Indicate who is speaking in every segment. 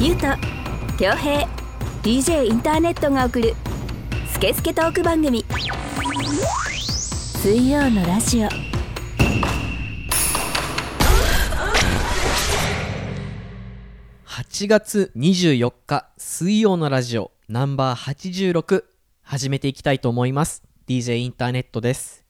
Speaker 1: ゆうと恭平 DJ インターネットが送る「スケスケトーク番組」水曜のラジオ
Speaker 2: 8月24日水曜のラジオナンバー86始めていきたいと思います DJ インターネットです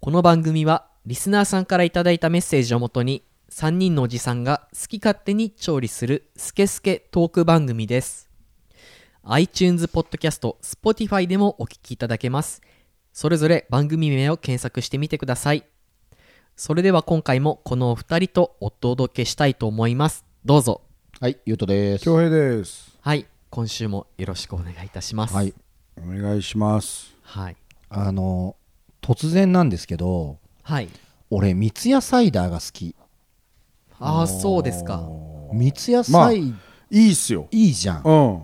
Speaker 2: この番組はリスナーさんからいただいたメッセージをもとに3人のおじさんが好き勝手に調理するスケスケトーク番組です iTunes ポッドキャスト Spotify でもお聞きいただけますそれぞれ番組名を検索してみてくださいそれでは今回もこのお二人とお届けしたいと思いますどうぞ
Speaker 3: はい、ゆうとです。
Speaker 4: 恭平です
Speaker 2: はい、今週もよろしくお願いいたします。
Speaker 3: はい、、
Speaker 4: お願いします
Speaker 2: はい、
Speaker 3: あの、突然なんですけど、
Speaker 2: はい、
Speaker 3: 俺、三ツ矢サイダーが好き。
Speaker 2: ああ、そうですか。
Speaker 3: 三ツ矢サイ、
Speaker 4: いいっすよ
Speaker 3: いいじゃん。
Speaker 4: うん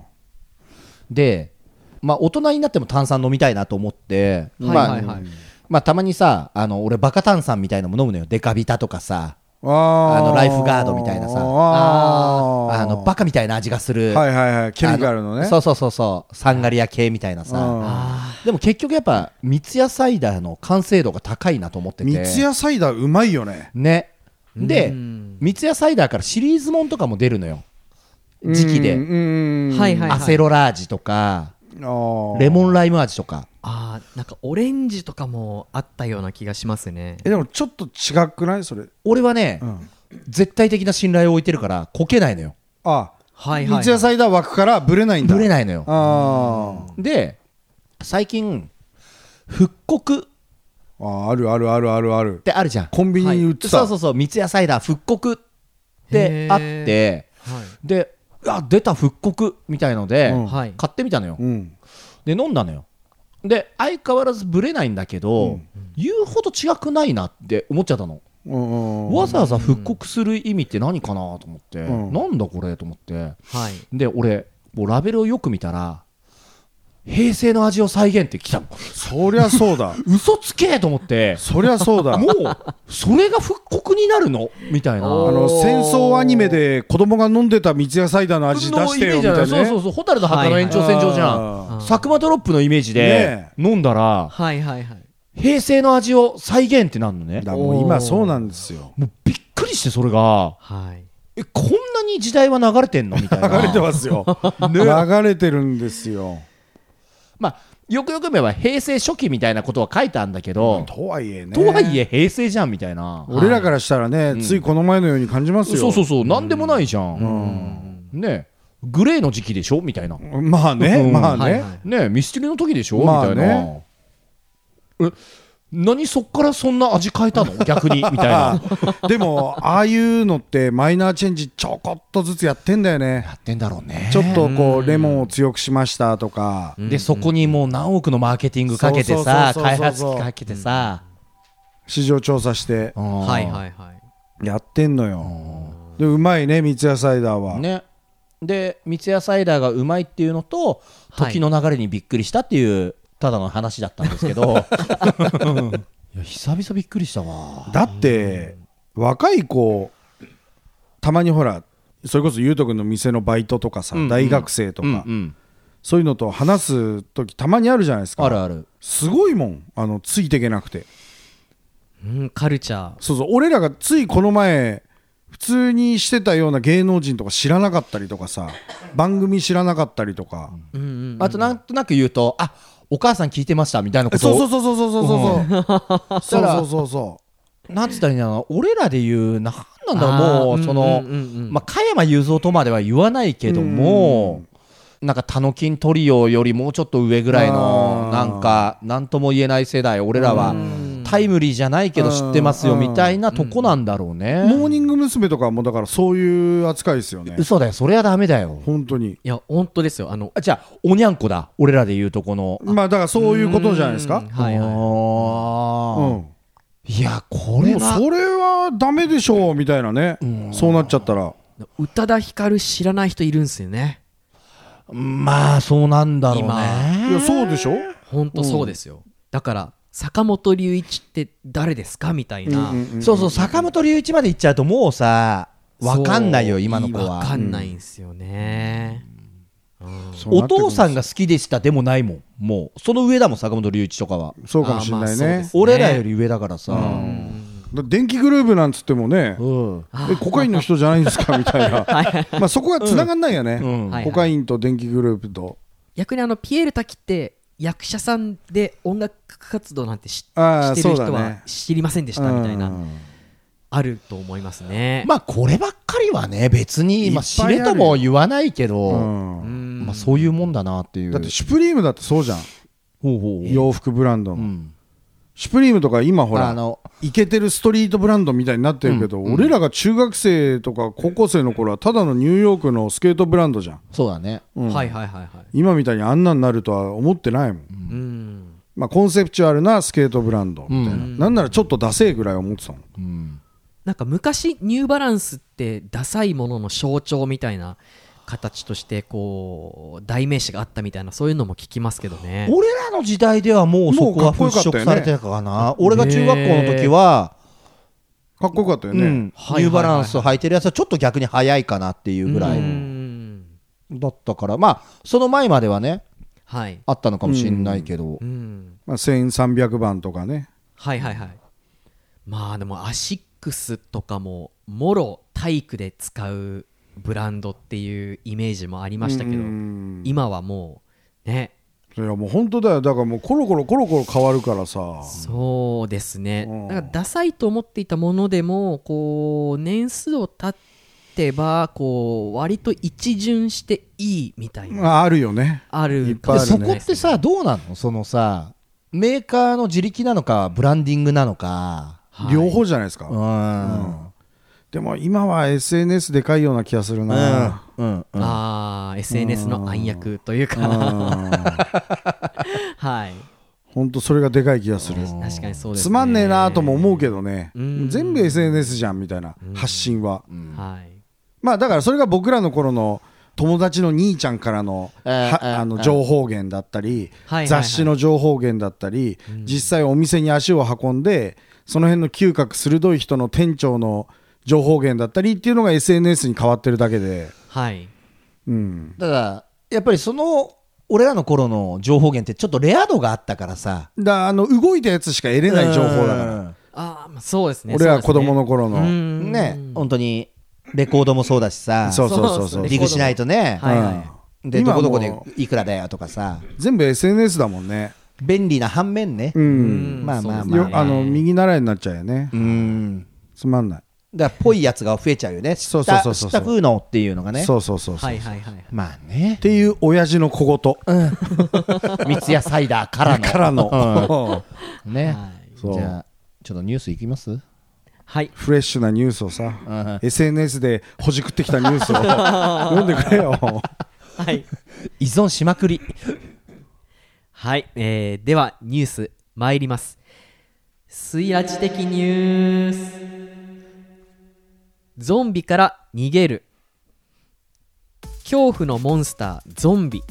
Speaker 3: で、まあ、大人になっても炭酸飲みたいなと思って、
Speaker 2: はい、
Speaker 3: まあ
Speaker 2: はい、はい。
Speaker 3: まあ、たまにさ、あの俺、バカ炭酸みたいのも飲むのよ。デカビタとかさ、
Speaker 4: あー
Speaker 3: あのライフガードみたいなさ
Speaker 4: あー
Speaker 3: あのバカみたいな味がする。
Speaker 4: はいはいはいケミカルの
Speaker 3: あ
Speaker 4: ね
Speaker 3: そうそうそうそう、サンガリア系みたいな
Speaker 4: うん
Speaker 3: さ。
Speaker 2: あ
Speaker 3: でも結局やっぱ、三ツ矢サイダーの完成度が高いなと思ってて。
Speaker 4: 三ツ矢サイダーうまいよね
Speaker 3: ね
Speaker 2: うん
Speaker 3: で三ツ矢サイダーからシリーズもんとかも出るのよ時期で、
Speaker 4: うんうん
Speaker 2: はいはい
Speaker 3: アセロラ味とか
Speaker 4: あー
Speaker 3: レモンライム味とか
Speaker 2: ああ、なんかオレンジとかもあったような気がしますね。
Speaker 4: えでもちょっと違くないそれ
Speaker 3: 俺はね、
Speaker 4: うん
Speaker 3: 絶対的な信頼を置いてるからこけないのよ
Speaker 4: あ
Speaker 2: はい、は
Speaker 4: 三
Speaker 2: い。
Speaker 4: ツ矢サイダー枠からブレないんだ
Speaker 3: ぶれ
Speaker 4: い
Speaker 3: ないのよ
Speaker 4: あー
Speaker 3: で最近復刻
Speaker 4: あーあるあるあるあるあ
Speaker 3: っ
Speaker 4: る
Speaker 3: てあるじゃん
Speaker 4: コンビニに売って
Speaker 3: そ
Speaker 4: た
Speaker 3: うそうそう三ツ矢サイダー復刻ってあっ
Speaker 2: へ
Speaker 3: て
Speaker 2: はい
Speaker 3: であ出た復刻みたいので、
Speaker 4: うん
Speaker 2: はい
Speaker 3: 買ってみたのよ、
Speaker 4: うん
Speaker 3: で飲んだのよで相変わらずブレないんだけど、言うほど違くないなって思っちゃったの、
Speaker 4: うんうん
Speaker 3: わざわざ復刻する意味って何かなと思って、
Speaker 4: うん
Speaker 3: なんだこれと思って
Speaker 2: はい。
Speaker 3: で俺もうラベルをよく見たら平成の味を再現ってきたの
Speaker 4: そりゃそうだ
Speaker 3: 嘘つけと思って
Speaker 4: そりゃそうだ
Speaker 3: もうそれが復刻になるのみたいな
Speaker 2: お
Speaker 4: あ
Speaker 2: ー
Speaker 4: の戦争アニメで子供が飲んでた三ツ矢サイダーの味出してよみたいなね
Speaker 3: そうそうそう蛍の墓の延長線上じゃん、
Speaker 4: あ
Speaker 2: あー
Speaker 3: 佐久間ドロップのイメージで
Speaker 4: ね
Speaker 3: 飲んだら
Speaker 2: はい、はい、はい。
Speaker 3: 平成の味を再現ってなるのね
Speaker 4: ーだからもう今そうなんですよ
Speaker 3: もうびっくりしてそれが
Speaker 2: はい。
Speaker 3: えこんなに時代は 流れてんのみたいな
Speaker 4: 流れてますよ、流れてるんですよ
Speaker 3: まあよくよく見れば平成初期みたいなことは書いてあるんだけど、
Speaker 4: とはいえね
Speaker 3: とはいえ平成じゃんみたいな、
Speaker 4: 俺らからしたらね、ついこの前のように感じますよ
Speaker 3: そうそうそうなんでもないじゃん、ねグレーの時期でしょみたいな、
Speaker 4: まあね、
Speaker 3: うん
Speaker 4: まあね、
Speaker 2: はい、はい。
Speaker 3: ねミステリの時でしょみ
Speaker 4: まあ
Speaker 3: たいな、
Speaker 4: ね
Speaker 3: え何そっからそんな味変えた の逆にみたいな
Speaker 4: でもああいうのってマイナーチェンジちょこっとずつやってんだよね
Speaker 3: やってんだろうね
Speaker 4: ちょっとこうレモンを強くしましたとか、
Speaker 3: でそこにもう何億のマーケティングかけてさ
Speaker 4: そうそうそうそう
Speaker 3: 開発費かけてさ、
Speaker 4: 市場調査して
Speaker 3: うん
Speaker 2: はい、はい、はい。
Speaker 4: やってんのよ、でうまいね三ツ矢サイダーは、
Speaker 3: ね、で三ツ矢サイダーがうまいっていうのと
Speaker 2: はい
Speaker 3: 時の流れにびっくりしたっていう、ただの話だったんです けどいや久々びっくりしたわ
Speaker 4: だって若い子たまにほらそれこそゆうとくんの店のバイトとかさ、
Speaker 3: うんうん
Speaker 4: 大学生とか、
Speaker 3: うん
Speaker 4: そういうのと話す時たまにあるじゃないですか
Speaker 3: あるある
Speaker 4: すごいもんあのついていけなくて
Speaker 2: うん、カルチャー。
Speaker 4: そうそう俺らがついこの前普通にしてたような芸能人とか知らなかったりとか さ番組知らなかったりとか、
Speaker 2: うん、うん。
Speaker 3: あとなんとなく言うとあお母さん聞いてましたみたいなこ
Speaker 4: え
Speaker 3: と
Speaker 4: そう
Speaker 3: を
Speaker 4: そうそうそうそうそ うそうそうそうそうそ
Speaker 3: なんつったらいいんだろうな俺らで言うなんなんだろうも
Speaker 2: あー
Speaker 3: うその、
Speaker 2: うんうんうんうん
Speaker 3: まあ、加山雄三とまでは言わないけども、なんかタノキントリオよりもうちょっと上ぐらいの
Speaker 4: あー
Speaker 3: なんか何とも言えない世代俺らは
Speaker 2: ん
Speaker 3: タイムリーじゃないけど知ってますよ
Speaker 4: うん
Speaker 3: みたいなとこなんだろうね、
Speaker 4: うモーニング娘。とかもだからそういう扱いですよね
Speaker 3: 嘘だよそれはダメだよ
Speaker 4: 本当に
Speaker 2: いや、本当ですよ。あの。
Speaker 3: あじゃあおにゃんこだ俺らで言うとこの
Speaker 4: まあだからそういうことじゃないです
Speaker 2: うん
Speaker 4: か
Speaker 2: はい、
Speaker 3: あ
Speaker 2: は
Speaker 4: う
Speaker 3: ー
Speaker 4: ん
Speaker 3: いやこ
Speaker 4: で
Speaker 3: れ
Speaker 4: も
Speaker 3: は
Speaker 4: それはダメでしょうみたいなねそうなっちゃったら
Speaker 2: い。宇多田ヒカル知らない人いるんですよね。
Speaker 3: まあそうなんだろう
Speaker 2: 今
Speaker 3: ね
Speaker 4: いやそうでしょ
Speaker 2: 本当そうですよ、だから坂本龍一って誰ですかみたいな、
Speaker 3: そ
Speaker 4: そ
Speaker 3: うそう坂本龍一まで行っちゃうともうさわかんないよ
Speaker 2: そう
Speaker 3: 今の子
Speaker 2: わか
Speaker 3: は
Speaker 2: んないんですよね、
Speaker 4: う
Speaker 3: お
Speaker 4: なってくる
Speaker 3: 父さんが好きでしたでもないもんもうその上だもん坂本龍一とかは
Speaker 4: そうかもしれな
Speaker 2: あーま
Speaker 4: い
Speaker 2: あそうで
Speaker 4: ね
Speaker 2: す。
Speaker 3: 俺らより上だからさ
Speaker 4: だ電気グルーブなんつってもね、
Speaker 3: うん
Speaker 4: えコカインの人じゃないんですかみたいな、まあそこがつながんないよね、
Speaker 3: うん
Speaker 2: はい
Speaker 4: コカインと電気グループと、
Speaker 2: 逆にあのピエール滝って役者さんで音楽活動なんてし
Speaker 4: あー
Speaker 2: してる
Speaker 4: そ
Speaker 2: 人
Speaker 4: うだ
Speaker 2: は
Speaker 4: ね
Speaker 2: 知りませんでしたみたいな、
Speaker 4: うん
Speaker 2: あると思いますね、
Speaker 3: まあこればっかりはね別に、まあ、
Speaker 4: いっ
Speaker 3: 知
Speaker 4: ぱいある
Speaker 3: れとも言わないけど、
Speaker 4: うん
Speaker 2: うん
Speaker 3: まあ、そういうもんだなっていう
Speaker 4: だってシュプリームだってそうじゃん、
Speaker 3: ほうほうほう
Speaker 4: 洋服ブランド
Speaker 3: う
Speaker 4: の、
Speaker 3: ん
Speaker 4: シュプリームとか今ほ
Speaker 3: あ
Speaker 4: ら
Speaker 3: の
Speaker 4: イケてるストリートブランドみたいになってるけど、俺らが中学生とか高校生の頃はただのニューヨークのスケートブランドじゃん
Speaker 3: そうだね
Speaker 2: はいはいはいはい
Speaker 4: 今みたいにあんなになるとは思ってないもん、
Speaker 2: うん
Speaker 4: まあ、コンセプチュアルなスケートブランドみたいな、
Speaker 2: うん
Speaker 4: なんならちょっとダセえぐらい思ってたもん
Speaker 3: うん
Speaker 2: なんか昔ニューバランスってダサいものの象徴みたいな形としてこう代名詞があったみたいなそういうのも聞きますけどね
Speaker 3: 俺らの時代ではもうそこは払
Speaker 4: もうかっこよかったよね
Speaker 3: 拭されてたかな俺が中学校の時は、
Speaker 4: かっこよかったよ
Speaker 3: う
Speaker 4: ね、
Speaker 3: んニ
Speaker 2: はいはいはい
Speaker 3: ューバランス履いてるやつはちょっと逆に早いかなっていうぐら
Speaker 2: う
Speaker 3: い
Speaker 2: ん
Speaker 3: だったからまあその前まではね
Speaker 2: はい
Speaker 3: あったのかもしれないけど、
Speaker 2: うん
Speaker 4: まあ、1300番とかね
Speaker 2: はいはいはいまあでもアシックスとかももろ体育で使うブランドっていうイメージもありましたけど
Speaker 4: うん
Speaker 2: 今はもうね
Speaker 4: いやもう本当だよだからもうコロコロコロコロ変わるからさ
Speaker 2: そうですね、
Speaker 4: うん
Speaker 2: だからダサいと思っていたものでもこう年数を経ってばこう割と一巡していいみたいな、
Speaker 4: まああるよね
Speaker 2: ある
Speaker 3: で
Speaker 2: かもし
Speaker 3: そ
Speaker 2: れない
Speaker 3: こってさどうなのそのさメーカーの自力なのかブランディングなのか
Speaker 2: はい
Speaker 4: 両方じゃないですか、
Speaker 3: うんうん
Speaker 4: でも今は SNS でかいような気がするな、
Speaker 3: うんうん
Speaker 2: ああ SNS の暗躍という
Speaker 4: うん
Speaker 2: か はい
Speaker 4: 本当それがでかい気がする、
Speaker 2: 確かにそうです、ね、
Speaker 4: つまんねえなとも思うけどね、
Speaker 2: うん
Speaker 4: 全部 SNS じゃんみたいな発信は、
Speaker 2: はい
Speaker 4: まあだからそれが僕らの頃の友達の兄ちゃんからの,
Speaker 3: えー
Speaker 4: は、
Speaker 3: えー
Speaker 4: あ
Speaker 3: え
Speaker 4: の
Speaker 3: ー
Speaker 4: 情報源だったり、
Speaker 2: はいはいはい
Speaker 4: 雑誌の情報源だったり、実際お店に足を運んでその辺の嗅覚鋭い人の店長の情報源だったりっていうのが SNS に変わってるだけで、
Speaker 2: はい
Speaker 4: うん、
Speaker 3: だからやっぱりその俺らの頃の情報源ってちょっとレア度があったからさ
Speaker 4: だあの動いたやつしか得れない情報だから
Speaker 2: あーまあそうですね
Speaker 4: 俺は子供の頃
Speaker 2: そうですねう
Speaker 3: う
Speaker 4: の
Speaker 2: んん
Speaker 3: ね本当にレコードもそうだしさ
Speaker 4: そうそうそうそう
Speaker 3: リグしないとね、
Speaker 2: はいはい
Speaker 4: うん
Speaker 3: でど
Speaker 4: 今
Speaker 3: こ
Speaker 4: は
Speaker 3: ど
Speaker 4: も
Speaker 3: こ
Speaker 4: う
Speaker 3: でいくらだよとかさ
Speaker 4: 全部 SNS だもんね、
Speaker 3: 便利な反面ね
Speaker 4: う
Speaker 2: うんん
Speaker 3: まあまあ
Speaker 2: そうですね
Speaker 4: よあの右習いになっちゃうよね、
Speaker 3: うん
Speaker 4: つまんない、
Speaker 3: だからぽいやつが増えちゃうよね知
Speaker 4: そう
Speaker 3: っ
Speaker 4: そう
Speaker 3: た
Speaker 4: そう
Speaker 3: 知
Speaker 4: そう
Speaker 3: った風のっていうのがね
Speaker 4: そうそうそうそう、
Speaker 2: はいはいはい
Speaker 3: まあね
Speaker 4: っていう親父の小言
Speaker 3: 三ツ矢サイダーから の
Speaker 4: からの、
Speaker 3: ね
Speaker 2: はい
Speaker 4: そう
Speaker 3: じゃあちょっとニュースいきます
Speaker 2: はい
Speaker 4: フレッシュなニュースを
Speaker 3: ん
Speaker 4: さ SNS でほじくってきたニュースを読んでくれよ
Speaker 2: はい
Speaker 3: 依存しまくり
Speaker 2: はい、えーではニュース参ります。水ラジ的ニュース。ゾンビから逃げる。恐怖のモンスター、ゾンビ。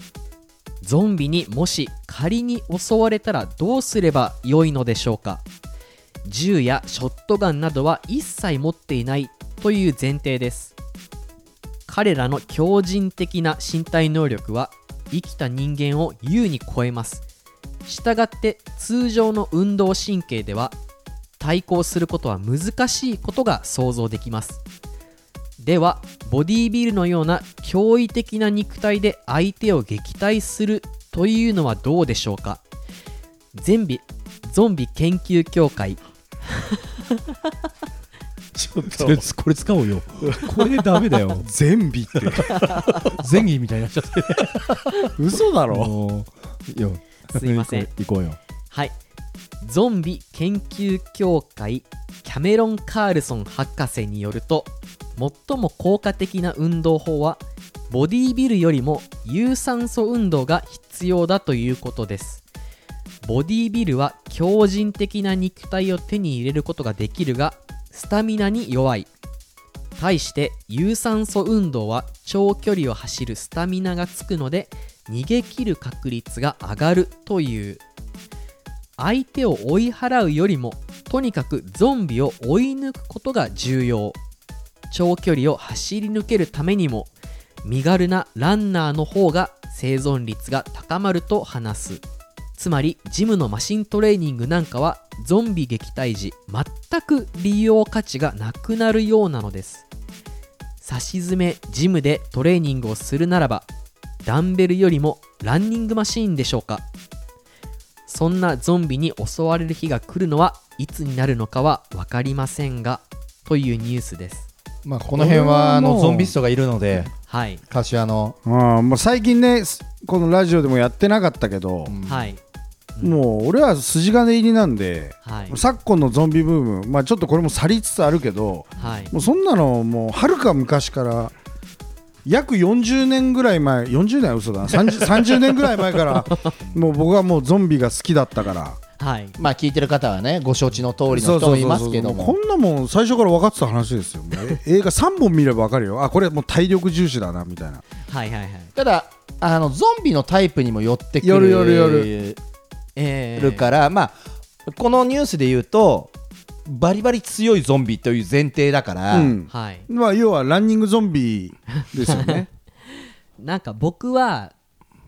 Speaker 2: ゾンビにもし仮に襲われたらどうすれば良いのでしょうか銃やショットガンなどは一切持っていないという前提です。彼らの強靭的な身体能力は生きた人間を優に超えますしたがって通常の運動神経では対抗することは難しいことが想像できますではボディービルのような驚異的な肉体で相手を撃退するというのはどうでしょうかゼンビゾンビ研究協会
Speaker 5: それこれ使おうよこれダメだよ
Speaker 4: 全美って
Speaker 5: 前儀みたいになっちゃっ て
Speaker 4: 嘘だろ
Speaker 5: もうよ
Speaker 2: すいません
Speaker 5: 行こうよ
Speaker 2: はい。ゾンビ研究協会キャメロン・カールソン博士によると最も効果的な運動法はボディビルよりも有酸素運動が必要だということですボディビルは強靭的な肉体を手に入れることができるがスタミナに弱い対して有酸素運動は長距離を走るスタミナがつくので逃げ切る確率が上がるという相手を追い払うよりもとにかくゾンビを追い抜くことが重要長距離を走り抜けるためにも身軽なランナーの方が生存率が高まると話すつまりジムのマシントレーニングなんかはゾンビ撃退時全く利用価値がなくなるようなのです差し詰めジムでトレーニングをするならばダンベルよりもランニングマシーンでしょうかそんなゾンビに襲われる日が来るのはいつになるのかは分かりませんがというニュースです
Speaker 3: まあ、この辺はあ
Speaker 6: これはも
Speaker 3: の
Speaker 6: う
Speaker 3: ゾンビストがいるので
Speaker 2: はい、
Speaker 3: 柏の
Speaker 4: あーまあ、最近ねすこのラジオでもやってなかったけど、
Speaker 2: はい
Speaker 4: もう俺は筋金入りなんで、
Speaker 2: はい
Speaker 4: 昨今のゾンビブーム、まあ、ちょっとこれも去りつつあるけど
Speaker 2: はい
Speaker 4: もうそんなのもうはるか昔から約40年ぐらい前40年は嘘だ な 30, 30年ぐらい前からもう僕はもうゾンビが好きだったから
Speaker 2: はい
Speaker 3: まあ聞いてる方はねご承知の通りの人もいますけど
Speaker 4: こ
Speaker 3: も
Speaker 4: んなもん最初から分かってた話ですよもうえ映画3本見れば分かるよあこれもう体力重視だなみたいな
Speaker 2: はいはいはい
Speaker 3: ただあのゾンビのタイプにも寄ってく
Speaker 4: よるよるよる
Speaker 3: る
Speaker 2: えー、
Speaker 3: るから、まあこのニュースで言うとバリバリ強いゾンビという前提だから、
Speaker 4: うん
Speaker 2: はい
Speaker 4: まあ要はランニングゾンビですよ ね
Speaker 2: なんか僕は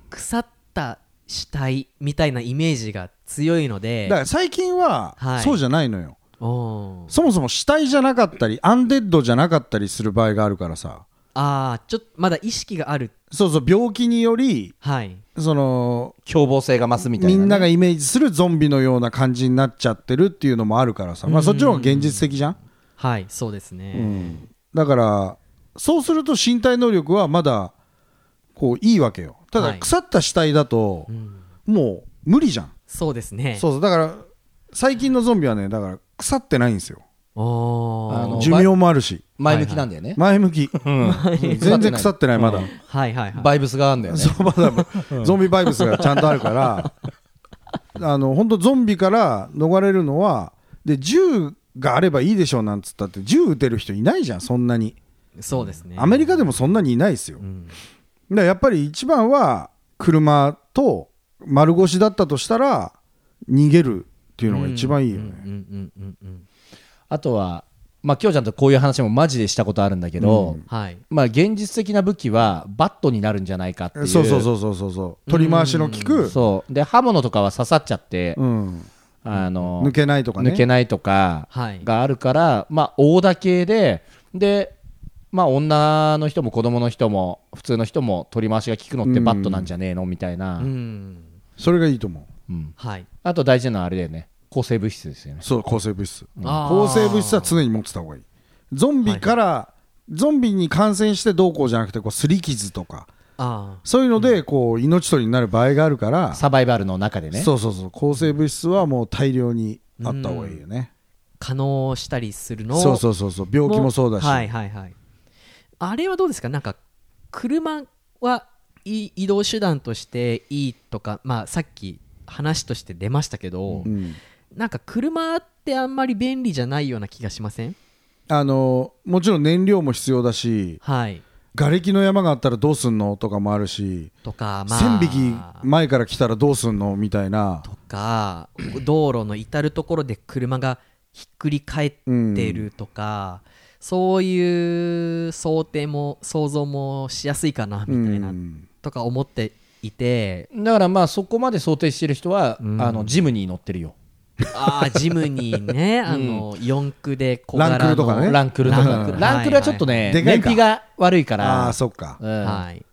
Speaker 2: 腐った死体みたいなイメージが強いので
Speaker 4: だから最近は
Speaker 2: はい
Speaker 4: そうじゃないのよ、
Speaker 2: おー
Speaker 4: そもそも死体じゃなかったりアンデッドじゃなかったりする場合があるからさ
Speaker 2: ああちょっとまだ意識がある
Speaker 4: そうそう病気により
Speaker 2: はい
Speaker 4: その
Speaker 3: 凶暴性が増すみたいな、
Speaker 4: みんながイメージするゾンビのような感じになっちゃってるっていうのもあるからさ、まあ、そっちの方が現実的じゃん、
Speaker 2: はいそうですね、
Speaker 4: だからそうすると身体能力はまだこういいわけよた
Speaker 2: は
Speaker 4: だ
Speaker 2: い
Speaker 4: 腐った死体だと
Speaker 2: うん
Speaker 4: もう無理じゃん、
Speaker 2: そうですね
Speaker 4: そうそうだから最近のゾンビはねだから腐ってないんですよ
Speaker 2: おー
Speaker 3: あの
Speaker 4: 寿命もあるし
Speaker 3: 前向きなんだよね、
Speaker 4: 前向きうん全然腐ってないまだ、
Speaker 2: はいはいはい
Speaker 3: バイブスがあるんだよね
Speaker 4: そうまだゾンビバイブスがちゃんとある からあの本当ゾンビから逃れるのはで銃があればいいでしょうなんつったって銃撃てる人いないじゃんそんなに
Speaker 2: そうですね
Speaker 4: アメリカでもそんなにいないですよ、
Speaker 2: ん
Speaker 4: だからやっぱり一番は車と丸腰だったとしたら逃げるっていうのが一番いいよね、
Speaker 2: うんうんうんうん
Speaker 3: あとはまあきょうちゃんとこういう話もマジでしたことあるんだけど、
Speaker 2: はい
Speaker 3: まあ現実的な武器はバットになるんじゃないかっていう
Speaker 4: そうそうそうそうそうそう取り回しの効く、
Speaker 3: そうで刃物とかは刺さっちゃって、
Speaker 4: うん
Speaker 3: あの
Speaker 4: 抜けないとかね
Speaker 3: 抜けないとか
Speaker 2: はい
Speaker 3: があるから、まあ大田系ででまあ女の人も子供の人も普通の人も取り回しが効くのってバットなんじゃねえのみたいな、
Speaker 2: うん
Speaker 4: それがいいと思う
Speaker 3: うん
Speaker 2: はい
Speaker 3: あと大事なのはあれだよね抗生物質ですよね
Speaker 4: そう抗生物質
Speaker 2: あー
Speaker 4: 抗生物質は常に持ってた方がいいゾンビから、ゾンビに感染してどうこうじゃなくてこうすり傷とか
Speaker 2: あ
Speaker 4: そういうのでこう命取りになる場合があるから、
Speaker 3: サバイバルの中でね
Speaker 4: そうそうそう抗生物質はもう大量にあった方がいいよね、
Speaker 2: ー可能したりするの
Speaker 4: そうそうそうそう病気もそうだし、
Speaker 2: はいはいはいあれはどうですかなんか車はい移動手段としていいとかまあさっき話として出ましたけど、
Speaker 4: うん
Speaker 2: なんか車ってあんまり便利じゃないような気がしません
Speaker 4: あのもちろん燃料も必要だし
Speaker 2: はい
Speaker 4: 瓦礫の山があったらどうすんのとかもあるし、
Speaker 2: とかまあ
Speaker 4: 1000匹前から来たらどうすんのみたいな
Speaker 2: とか道路の至る所で車がひっくり返ってるとか、そういう想定も想像もしやすいかなみたいな、
Speaker 4: うん
Speaker 2: とか思っていて
Speaker 3: だからまあそこまで想定してる人は、
Speaker 2: うん
Speaker 3: あのジムに乗ってるよ
Speaker 2: ああジムニー ねあの、四駆で小
Speaker 4: ランクルとかね
Speaker 3: ランクルとか
Speaker 2: ランクル
Speaker 3: ランクルはちょっとね、
Speaker 4: でかいか
Speaker 3: 燃費が悪いから
Speaker 4: ああそっか、
Speaker 3: うん
Speaker 2: はい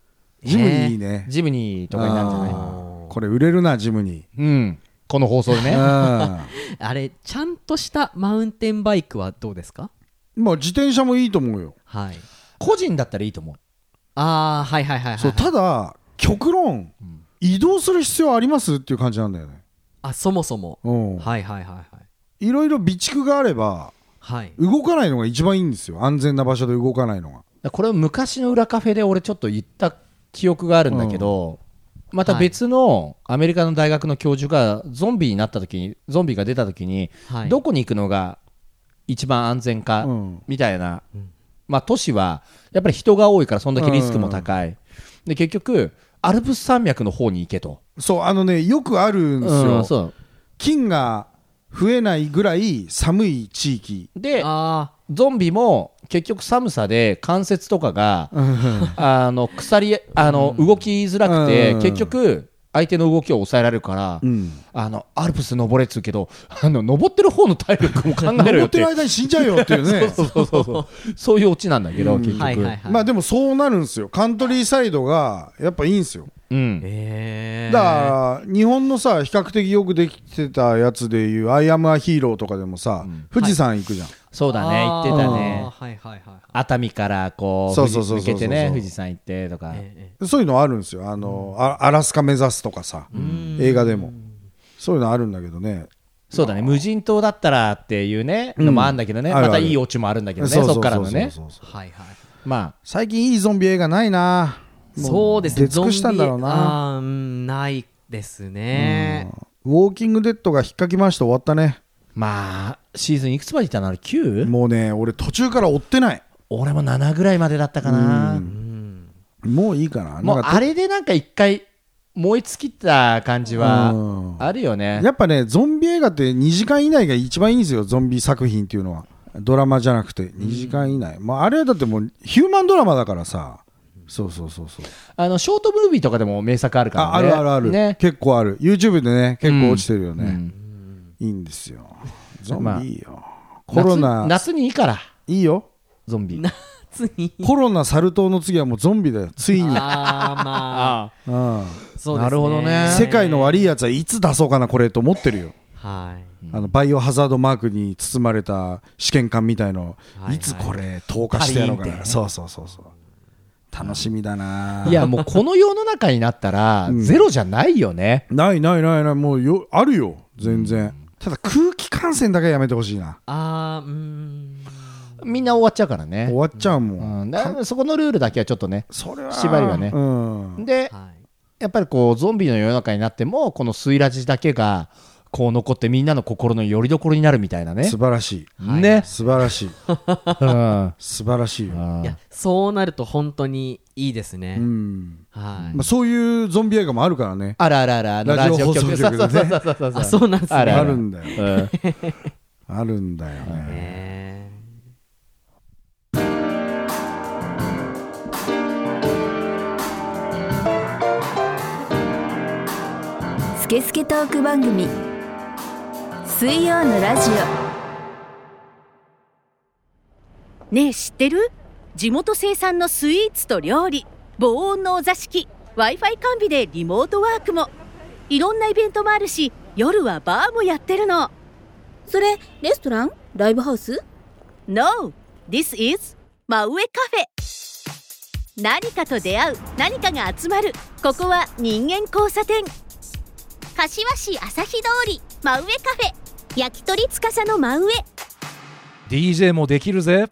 Speaker 4: ジムにいいね
Speaker 3: ジムニーとかになるんじゃない
Speaker 4: あーこれ売れるなジムに
Speaker 3: うんこの放送でね
Speaker 4: う
Speaker 2: あれちゃんとしたマウンテンバイクはどうですか
Speaker 4: んまあ自転車もいいと思うよ
Speaker 2: はい
Speaker 3: 個人だったらいいと思う
Speaker 2: ああはいはいはいはい
Speaker 4: そうただ極論移動する必要ありますっていう感じなんだよね
Speaker 2: あそもそも
Speaker 4: うん
Speaker 2: はいはいはいはい
Speaker 4: いろいろ備蓄があれば
Speaker 2: はい
Speaker 4: 動かないのが一番いいんですよ安全な場所で動かないのが
Speaker 3: これを昔の裏カフェで俺ちょっと言った記憶があるんだけど、また別のアメリカの大学の教授がゾンビになった時にゾンビが出た時に、
Speaker 2: はい
Speaker 3: どこに行くのが一番安全か
Speaker 4: うん
Speaker 3: みたいな、まあ、都市はやっぱり人が多いからそんだけリスクも高い、で結局アルプス山脈の方に行けと、
Speaker 4: そうあのねよくあるんです
Speaker 3: う
Speaker 4: よ、
Speaker 3: んそう
Speaker 4: 菌が増えないぐらい寒い地域
Speaker 3: で
Speaker 2: あ
Speaker 3: ゾンビも結局寒さで関節とかがあの鎖あの動きづらくて
Speaker 4: うん
Speaker 3: 結局相手の動きを抑えられるから
Speaker 4: ん
Speaker 3: あのアルプス登れっつうけどあの登ってる方の体力も考えろ
Speaker 4: 登
Speaker 3: よ
Speaker 4: っ
Speaker 3: ってて
Speaker 4: る間に死んじゃうよっていうね
Speaker 3: そうそうそうそうそういうオチなんだけど結
Speaker 2: あはいは
Speaker 3: 局
Speaker 2: いはい
Speaker 4: まあでもそうなるんですよカントリーサイドがやっぱいいんですよ
Speaker 3: うん
Speaker 2: えー、
Speaker 4: だから日本のさ比較的よくできてたやつでいう「アイ・アム・ア・ヒーロー」とかでもさ、富士山行くじゃん、
Speaker 3: そうだね言ってた
Speaker 2: あ
Speaker 3: ね
Speaker 2: ーはいはいはい
Speaker 3: 熱海からこう
Speaker 4: そうそうそう
Speaker 3: 富
Speaker 4: そうそう
Speaker 3: 士抜けてね富士山行ってとか
Speaker 2: え
Speaker 4: そういうのあるんですよあの、あアラスカ目指すとかさ、映画でもそういうのあるんだけどね
Speaker 3: そうだね無人島だったらっていうねのもあるんだけどね
Speaker 4: うんあるあ
Speaker 3: ま
Speaker 4: る
Speaker 3: たいいオチもあるんだけどね
Speaker 4: ううう
Speaker 3: そうっからのね
Speaker 4: そうそうそう
Speaker 2: ーはいはい
Speaker 3: まあ
Speaker 4: 最近いいゾンビ映画ないなも
Speaker 2: そうですね
Speaker 4: 出尽くしたんだろう
Speaker 2: あ
Speaker 4: な
Speaker 2: ーうんないですね
Speaker 4: ウォーキングデッドが引っかき回して終わったね
Speaker 3: まあシーズンいくつまでいったのあれ 9?
Speaker 4: もうね俺途中から追ってない
Speaker 3: 俺も7ぐらいまでだったかな
Speaker 4: もういいかな
Speaker 3: も
Speaker 4: な
Speaker 3: うん
Speaker 4: か
Speaker 3: あれでなんか一回燃え尽きた感じ
Speaker 4: うん
Speaker 3: はあるよね
Speaker 4: やっぱねゾンビ映画って2時間以内が一番いいんですよゾンビ作品っていうのはドラマじゃなくて2時間以内、まあ、あれはだってもうヒューマンドラマだからさそうそうそうそう
Speaker 3: あのショートムービーとかでも名作ある
Speaker 4: あ
Speaker 3: か
Speaker 4: あ
Speaker 3: らね
Speaker 4: るあるある、
Speaker 3: ね
Speaker 4: 結構ある YouTube でね結構落ちてるよね、
Speaker 3: うん
Speaker 4: いいんですよゾ
Speaker 3: ま
Speaker 4: ン
Speaker 3: あ
Speaker 4: ビいいよ、コロナ
Speaker 3: 夏夏にいいから
Speaker 4: いいよ
Speaker 3: ゾンビ
Speaker 2: ついに
Speaker 4: コロナサル痘の次はもうゾンビだよついに、
Speaker 2: あーまあ
Speaker 3: あ
Speaker 4: う
Speaker 2: そう
Speaker 4: ん、
Speaker 2: ですね
Speaker 3: なるほどね
Speaker 4: 世界の悪いやつはいつ出そうかなこれと思ってるよ
Speaker 2: はい
Speaker 4: あのバイオハザードマークに包まれた試験管みたいの、
Speaker 2: い
Speaker 4: い
Speaker 2: はい
Speaker 4: つこれ投下してやろうか
Speaker 3: パリーン
Speaker 4: な
Speaker 3: って
Speaker 4: そうそうそうそう楽しみだな
Speaker 3: あいやもうこの世の中になったら
Speaker 4: ん
Speaker 3: ゼロじゃないよね
Speaker 4: ないないないないもうよあるよ全然ただ空気感染だけはやめてほしいな
Speaker 2: あーうーん
Speaker 3: みんな終わっちゃうからね
Speaker 4: 終わっちゃうもん、
Speaker 3: うんだそこのルールだけはちょっとね
Speaker 4: それは
Speaker 3: 縛りはね
Speaker 4: うん
Speaker 3: で
Speaker 2: はい
Speaker 3: やっぱりこうゾンビの世の中になってもこのスイラジだけがこう残ってみんなの心の拠り所になるみたいなね
Speaker 4: 素晴らしい、
Speaker 2: はい
Speaker 3: ね
Speaker 4: 素晴らしい
Speaker 3: うん
Speaker 4: 素晴らしいよ、
Speaker 2: いやそうなると本当にいいですね、
Speaker 4: うん
Speaker 2: はい、
Speaker 4: まあ、そういうゾンビ映画もあるからね
Speaker 3: あらあらあらあの
Speaker 4: ラ
Speaker 3: ラ
Speaker 4: ジ
Speaker 3: ジ
Speaker 4: オ
Speaker 3: オ
Speaker 4: 放送
Speaker 3: 局
Speaker 4: 局
Speaker 3: そうそう
Speaker 4: で
Speaker 3: そう
Speaker 4: ね
Speaker 3: そうそうそう
Speaker 2: あそうなんですね
Speaker 3: ある
Speaker 4: あ
Speaker 3: る
Speaker 4: るんだよ
Speaker 3: うん
Speaker 4: あるんだよね
Speaker 2: ね
Speaker 1: スケスケトーク番組水曜のラジ
Speaker 7: ねえ知ってる地元生産のスイーツと料理防音のお座敷 w i f i 完備でリモートワークもいろんなイベントもあるし夜はバーもやってるの
Speaker 1: オそれレストランライブハウス
Speaker 7: No! This is 真上カフェ何かと出会う何かが集まるここは人間交差点柏市朝日通り真上カフェ焼き鳥つかさの真上
Speaker 5: DJ もできるぜ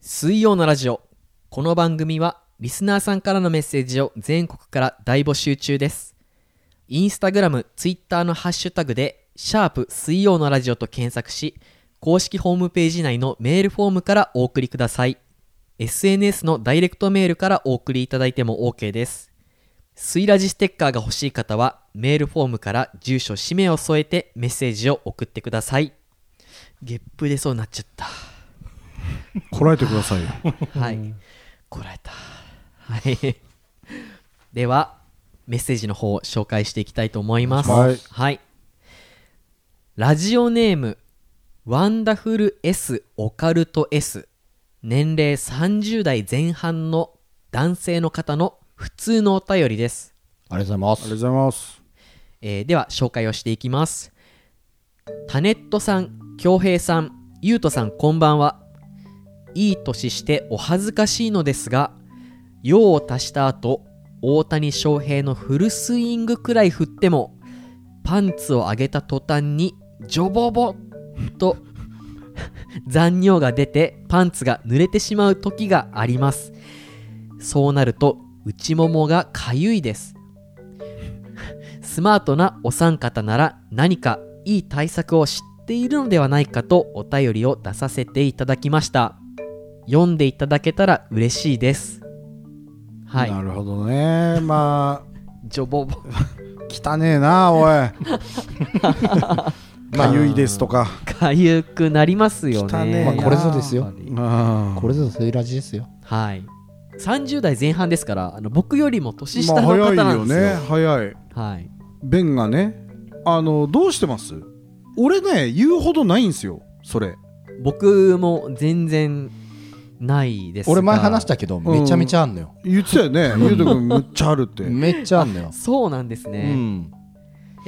Speaker 2: 水曜のラジオこの番組はリスナーさんからのメッセージを全国から大募集中ですインスタグラムツイッターのハッシュタグで「シャープ水曜のラジオ」と検索し公式ホームページ内のメールフォームからお送りください SNS のダイレクトメールからお送りいただいても OK です水ラジステッカーが欲しい方はメールフォームから住所氏名を添えてメッセージを送ってくださいゲップ出そうになっちゃった
Speaker 4: こらえてく ださいよ
Speaker 2: はい。こらえた。はい。では、メッセージの方を紹介していきたいと思います。
Speaker 4: お願いし
Speaker 2: はい。ラジオネーム、ワンダフル S オカルト S。年齢30代前半の男性の方の普通のお便りです。
Speaker 3: ありがとうご
Speaker 4: あ
Speaker 3: ざ
Speaker 4: り
Speaker 3: い
Speaker 4: がと
Speaker 3: ま
Speaker 4: うご
Speaker 3: す
Speaker 4: ざいます
Speaker 2: えーでは紹介をしていきますタネットさん恭平さんゆうとさんこんばんはいい年してお恥ずかしいのですが用を足した後大谷翔平のフルスイングくらい振ってもパンツを上げた途端にジョボボと残尿が出てパンツが濡れてしまう時がありますそうなると内ももがかゆいですスマートなお三方なら何かいい対策を知っているのではないかとお便りを出させていただきました読んでいただけたら嬉しいですはい
Speaker 4: なるほどねまあ
Speaker 2: ジョボボ
Speaker 4: 聞汚ねえなおいまあゆいですとか
Speaker 2: かゆくなりますよ
Speaker 4: 汚ねえ
Speaker 2: ね、
Speaker 4: な
Speaker 3: まあこれぞですよ
Speaker 2: やっぱり
Speaker 4: あ
Speaker 3: これぞセイラジですよ
Speaker 2: はい30代前半ですからあの僕よりも年
Speaker 4: ー
Speaker 2: 下
Speaker 4: まあ
Speaker 2: の方
Speaker 4: 早い
Speaker 2: な
Speaker 4: よ
Speaker 2: んですよ,、
Speaker 4: ね早い
Speaker 2: はい
Speaker 4: 便がねあのどうしてます俺ね言うほどないんすよそれ
Speaker 2: 僕も全然ないですが
Speaker 3: 俺前話したけどめちゃめちゃあんのよ、
Speaker 4: 言ってたよねゆうとくんむっちゃあるって
Speaker 3: めっちゃあんのよ、
Speaker 2: そうなんです
Speaker 3: う
Speaker 2: ね、
Speaker 3: ん、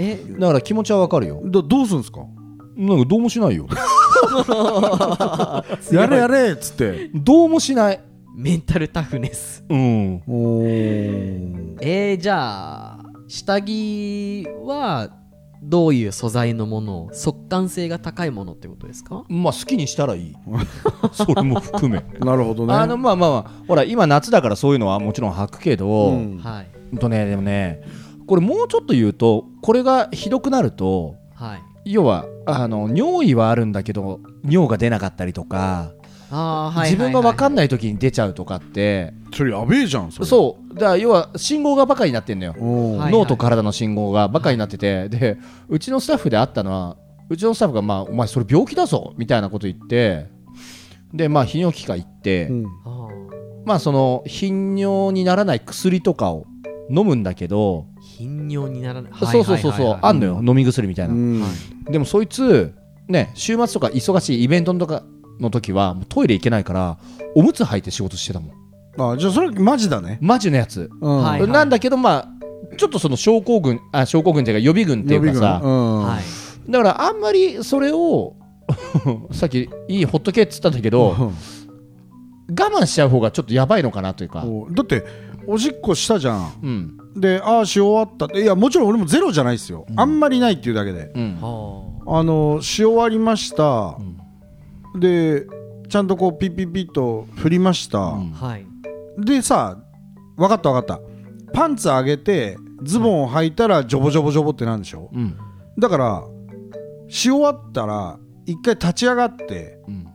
Speaker 2: え
Speaker 3: だから気持ちはわかるよ
Speaker 4: どどうすんすか
Speaker 3: なんかどうもしないよ
Speaker 4: やれやれっつって
Speaker 3: どうもしない
Speaker 2: メンタルタフネス
Speaker 3: うん
Speaker 4: おー
Speaker 2: えー、じゃあ下着はどういう素材のものを速乾性が高いものってことですか
Speaker 3: まあ好きにしたらいいそれも含め
Speaker 4: なるほどね
Speaker 3: あのまあまあまあほら今夏だからそういうのはもちろん履くけど、
Speaker 4: う
Speaker 3: うんん、
Speaker 2: はい
Speaker 3: とねでもねこれもうちょっと言うとこれがひどくなると
Speaker 2: はい
Speaker 3: 要はあの尿意はあるんだけど尿が出なかったりとか、
Speaker 2: あーはい
Speaker 3: 自分が分かん
Speaker 2: い
Speaker 3: ない時に出ちゃうとかって、
Speaker 4: それやべえじゃんそれ
Speaker 3: そうだから要は信号がバカになってんのよ、
Speaker 4: おー
Speaker 2: はい
Speaker 3: 脳と体の信号がバカになってて、でうちのスタッフであったのはうちのスタッフが、まあ「お前それ病気だぞ」みたいなこと言ってでまあ泌尿器科行って、
Speaker 4: う
Speaker 2: は
Speaker 4: ん
Speaker 2: いはい
Speaker 3: まあその頻尿にならない薬とかを飲むんだけど、
Speaker 2: あー頻尿にならない
Speaker 3: そうそうそうそう、あんのよ、飲み薬みたいな、
Speaker 4: うん
Speaker 3: でもそいつね週末とか忙しいイベントとかの時はもうトイレ行けないからおむつ履いて仕事してたもん
Speaker 4: あじゃあそれマジだね
Speaker 3: マジのやつ、
Speaker 4: うん
Speaker 2: はい
Speaker 3: なんだけどまあちょっとその症候群あ症候群っていうか予備軍ってい
Speaker 4: 予
Speaker 3: う
Speaker 4: 備
Speaker 3: かさ、
Speaker 4: 軍うん
Speaker 2: はい
Speaker 3: だからあんまりそれを さっきいいほっとけっつったんだけど我慢しちゃう方がちょっとやばいのかなというか、
Speaker 4: おだっておしっこしたじゃん
Speaker 3: うん
Speaker 4: でああし終わったっていやもちろん俺もゼロじゃないですよ、あんまりないっていうだけで
Speaker 3: うん、
Speaker 2: は
Speaker 4: あのし終わりました、でちゃんとこうピッピッピッと振りました、
Speaker 3: ん
Speaker 2: あはい
Speaker 4: でさ分かった分かったパンツ上げてズボンを履いたらジョボジョボジョボってなんでしょ
Speaker 3: うん
Speaker 4: だからし終わったら一回立ち上がって
Speaker 3: うん、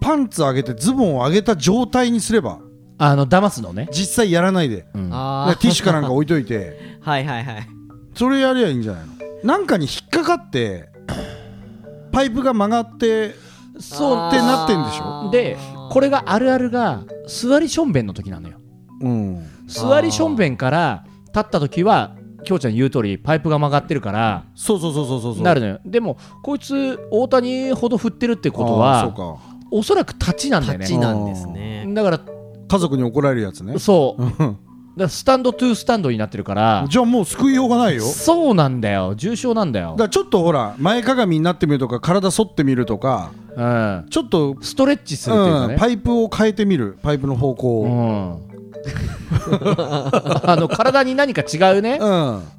Speaker 4: パンツ上げてズボンを上げた状態にすれば
Speaker 3: あの騙すのね、
Speaker 4: 実際やらないで
Speaker 3: うん
Speaker 4: だ
Speaker 2: あ
Speaker 4: か
Speaker 2: ー
Speaker 4: らティッシュかなんか置いといて
Speaker 2: はいはいはい
Speaker 4: それやりゃいいんじゃないのなんかに引っかかってパイプが曲がって
Speaker 3: そう
Speaker 4: ってなってんでしょ
Speaker 3: でこれがあるあるが座りしょんべんの時なのよ
Speaker 4: うん
Speaker 3: 座りしょんべんから立った時はきょうちゃん言う通りパイプが曲がってるから
Speaker 4: そうそうそうそうそうそう
Speaker 3: なるのよでもこいつ大谷ほど振ってるってこと
Speaker 4: あ
Speaker 3: は
Speaker 4: ーそうか
Speaker 3: おそらく立ちなんだよ
Speaker 2: 立
Speaker 3: ね
Speaker 2: ちなんですね
Speaker 3: だか
Speaker 4: 家族に怒られるやつね
Speaker 3: らそうだか
Speaker 4: うん
Speaker 3: らスタンドトゥースタンドになってるから
Speaker 4: じゃあもう救いようがないよ
Speaker 3: そうなんだよ重症なんだよ
Speaker 4: だからちょっとほら前かがみになってみるとか体反ってみるとか
Speaker 3: うん
Speaker 4: ちょっと、
Speaker 3: ストレッチするっていうか
Speaker 4: うん、
Speaker 3: ね
Speaker 4: パイプを変えてみるパイプの方向
Speaker 3: う
Speaker 4: を、
Speaker 3: ん あの体に何か違うね
Speaker 4: うん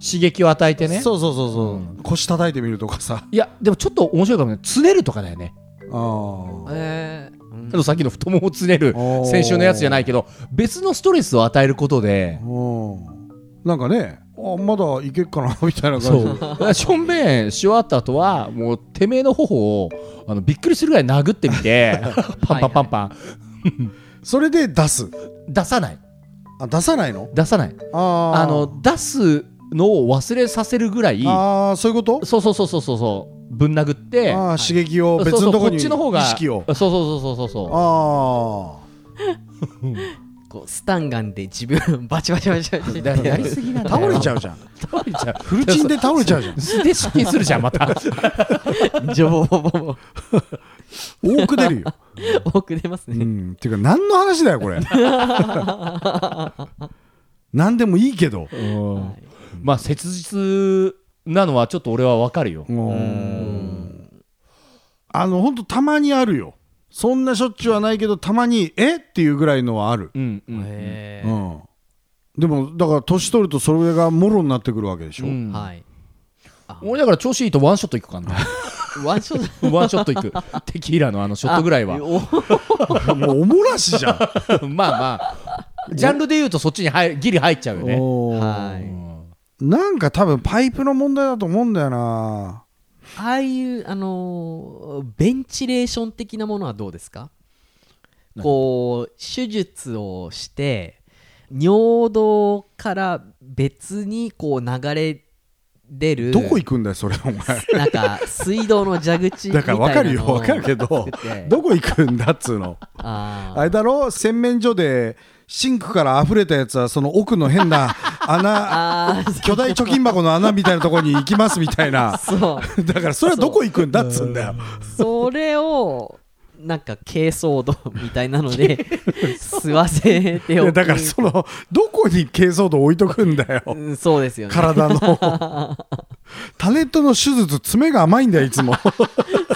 Speaker 3: 刺激を与えてね
Speaker 4: そうそうそうそう、
Speaker 3: うん
Speaker 4: 腰叩いてみるとかさ
Speaker 3: いやでもちょっと面白いかもねつねるとかだよね
Speaker 4: あー
Speaker 2: えーうん
Speaker 3: あとさっきの太ももをつねる
Speaker 4: おー
Speaker 3: 先週のやつじゃないけど別のストレスを与えることで
Speaker 4: うんなんかねあまだいけっかなみたいな
Speaker 3: そ
Speaker 4: 感じ
Speaker 3: うだからしょんべんし終わった後はもうてめえの頬をあのびっくりするぐらい殴ってみ てパンパンパンパン
Speaker 4: それで出す
Speaker 3: 出さない
Speaker 4: あ出さないの
Speaker 3: 出さない
Speaker 4: あー
Speaker 3: あの出すのを忘れさせるぐらい
Speaker 4: あーそういうこと
Speaker 3: そうそうそうそうそうそうぶん殴って
Speaker 4: あー刺激を
Speaker 3: そう
Speaker 4: 別
Speaker 3: そう
Speaker 4: のとこ
Speaker 3: こっ
Speaker 4: に意
Speaker 3: ちの方が
Speaker 4: 識を
Speaker 3: そうそうそうそうそうそう
Speaker 4: あ
Speaker 2: こうスタンガンで自分バチバチバチバチ
Speaker 3: だからやりすぎなん
Speaker 4: あ
Speaker 3: だよ
Speaker 4: 倒れちゃうじ ゃん
Speaker 3: 倒れちゃう
Speaker 4: フルチンで倒れちゃうじゃん
Speaker 3: 素で失禁するじゃんまた
Speaker 2: 情報
Speaker 4: 多く出るよ、
Speaker 2: 多く出ます
Speaker 4: う
Speaker 2: ね、
Speaker 4: ん、っていうか何の話だよ これ何でもいいけど
Speaker 2: はい
Speaker 3: まあ切実なのはちょっと俺はわかるよ
Speaker 4: うんあの本当たまにあるよそんなしょっちゅうはないけどたまにえっていうぐらいのはある、
Speaker 3: うんうん
Speaker 2: え
Speaker 4: う
Speaker 2: ー
Speaker 4: ん、でもだから年取るとそれがもろになってくるわけでしょ、
Speaker 3: うん
Speaker 2: はい
Speaker 3: 俺だから調子いいとワンショットいく からね
Speaker 2: ワンショット
Speaker 3: ワンショットいくテキーラのあのショットぐらいは
Speaker 2: お
Speaker 4: もうおもらしじゃん
Speaker 3: まあまあジャンルで言うとそっちに入ギリ入っちゃうよ ね
Speaker 4: おー
Speaker 2: はい
Speaker 4: なんか多分パイプの問題だと思うんだよな
Speaker 2: ああいう、あのーベンチレーション的なものはどうですかこう手術をして尿道から別にこう流れ出る
Speaker 4: どこ行くんだよそれお前
Speaker 2: なんか水道の蛇口みた
Speaker 4: だ
Speaker 2: いな
Speaker 4: から
Speaker 2: の
Speaker 4: 分かるよ分か るけど
Speaker 2: 作って
Speaker 4: どこ行くんだっつうの
Speaker 2: あ
Speaker 4: あれだろ洗面所でシンクから溢れたやつはその奥の 変な穴
Speaker 2: あー
Speaker 4: 巨大貯金箱の穴みたいなところに行きますみたいな
Speaker 2: あそう
Speaker 4: だからそれはどこ行くんだっつうんだよ
Speaker 2: それをなんか軽装度みたいなので吸わせて
Speaker 4: い
Speaker 2: お
Speaker 4: や
Speaker 2: く
Speaker 4: だからそのどこに珪藻土置いとくんだよ
Speaker 2: うんそうですよね
Speaker 4: 体のタネットの手術爪が甘いんだよいつも